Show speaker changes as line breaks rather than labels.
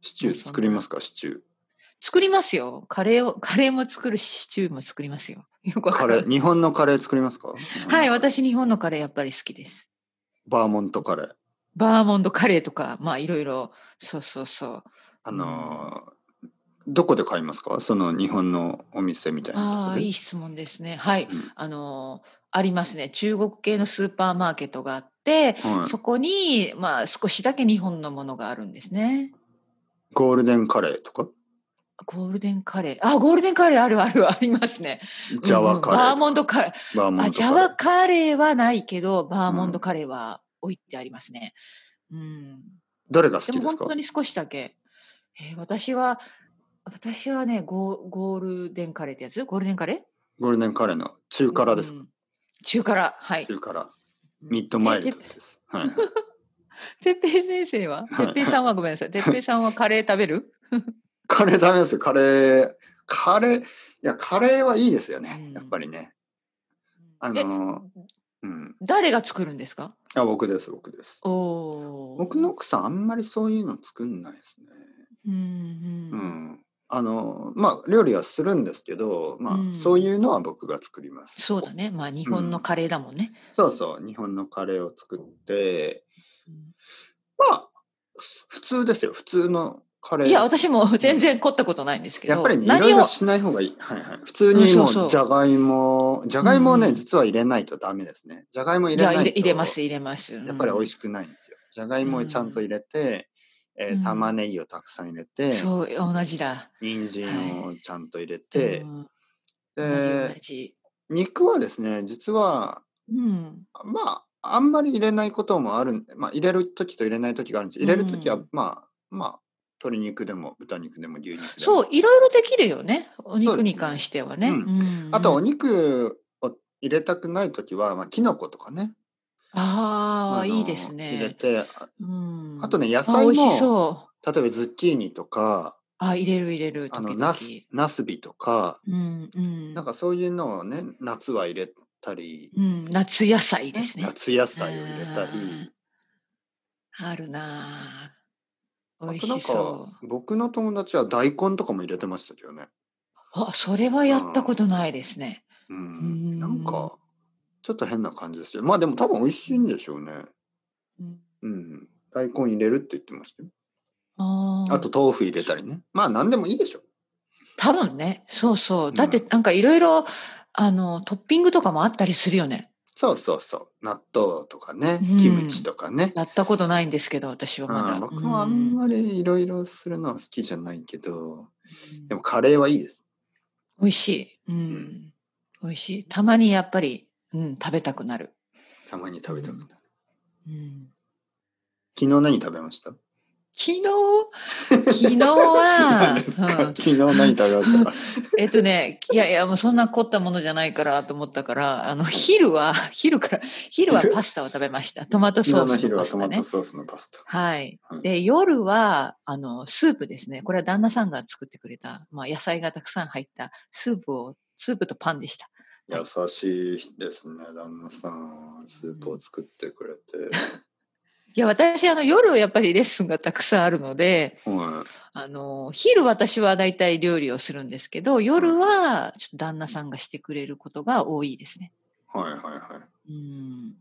シチュー作りますか、シチュー。
作りますよ。カレーを、カレーも作るし、シチューも作りますよ。よくわ
カ
か
レ
る
ー、。日本のカレー作りますか
はい、
うん
私、日本のカレーやっぱり好きです。
バーモントカレー。
バーモントカレーとか、まあ、いろいろ、そうそうそう。
あのーどこで買いますかその日本のお店みたいな
あ
と
あ、
こで。
いい質問ですね。はい。
うん
あのーありますね。中国系のスーパーマーケットがあって、
はい
そこに、まあ、少しだけ日本のものがあるんですね。
ゴールデンカレーとか
ゴールデンカレー。あ、ゴールデンカレーあるあるありますね。
ジャワカ
うん
レーとか、
バーモントカレー。
バーモン
あ、
ト
ジ
カレー
ャワカレーはないけど、バーモントカレーは置いてありますね。うん。
誰が好
で
き
も
です
本
か
当に少しだけ。えー私は、私はねゴー、ゴールデンカレーってやつゴールデンカレー
ゴールデンカレーの中辛ですか、
うん中辛。はい。
中辛。ミッドマイルド
てて
です。はい。
てっぺい先生は
は
て
い
っぺいさんはごめんなさい。てっぺいさんはカレー食べる
カレーダメですよ。カレー、カレー、いや、カレーはいいですよね
う。ん
やっぱりね。あの
え
うん。
誰が作るんですか
あ、僕です、僕です。
おー
僕の奥さん、あんまりそういうの作んないですね。
うん
う
うん
ん。あの、まあ、料理はするんですけど、まあ、
うん
そういうのは僕が作ります。
そうだね。まあ日本のカレーだもんね。
そうそう、日本のカレーを作って、
うん
まあ、普通ですよ、普通のカレー。
いや、私も全然凝ったことないんですけど、
やっぱりね、いろい
何を
ろしない方がいい。はいはい。普通にも
うんそうそう
う、じゃがいも、じゃがいもを
う
ね、
ん
実は入れないとダメですね。じゃがいも入
い
れな
や
いと。
入れ入れます、入れます。
やっぱり美味
し
しくないんですよ。じゃがいもをちゃんと入れて、えー
うん
玉ねぎをたくさん入れ
い
て、
そう、同じだ。
人参をちゃんと入れ
う
て、
ん同じ、同
で、
じ。
肉はですね、実は、
うん。
まあ、あんまり入れないこともあるんまあ、入れる時と入れない時があるんです。入れる時は
うん、
まあ、まあ、鶏肉でも豚肉でも牛肉でも。
そう、いろいろできるよね。お
そう
肉
ですね
に関してはね。
うん
うん
あとお肉を入れたくない時は、まあ、きのことかね。
あ
の
あ、いいです
入れ
ね。
て、あ
うん
あとね野菜
あ美味
も
しそう。
例えばズッキーニとか、
あ、入れる入れる。
あの、
時々
ナス、ナスビとか、
うんうん。
なんかそういうのをね、夏は入れたり、
うん、夏野菜ですね。
夏野菜を入れたり、
あーあるなあ。
あ
美味
となん
し
か
そ
僕の友達は大根とかも入れてましたけどね。
う。あ、それはやったことないですね。
うん。
ん
なんか、ちょっと変な感じですけど、まあでも多分美味しいんでしょうね。
うん
うん。大根入れるって言ってましたよ。
あー
あと豆腐入れたりね。まあ何でもいいでしょ。
多分ね、そうそうう。
ん
だってなんかいろいろ、あの、トッピングとかもあったりするよね。
そうそうそう。納豆とかね
うん、
キムチとかね。
やったことないんですけど、私はま
う
だ。
ん僕もあん
う
まりいろいろするのは好きじゃないけど、
ん
でもカレーはいいです。
美味しい。うん。美味しい。たまにやっぱり、うん、食べたくなる。
たまに食べたくなる。
うん
昨日何食べました
昨 日昨日は、
何ですか
うん
昨日何食べましたか
えっとね、いやいや、もうそんな凝ったものじゃないからと思ったから、あの、昼は、昼から、昼はパスタを食べました。 トマトソ
昨日の
ース
昼
の
は
パス
ト
タ
マ
ね
ト。ソースのパスタ。
はい
は。い
で、夜は、あの、スープですね。これは旦那さんが作ってくれた、まあ、野菜がたくさん入ったスープを、スープとパンでした。はい
優しいですね、旦那さん。スープを作ってく れて。
いや、私、あの、夜やっぱりレッスンがたくさんあるので、
は
あの、昼私は大体料理をするんですけど、夜は、ちょっと旦那さんがしてくれることが多いですね。
いはいはいは
う
い。
ん。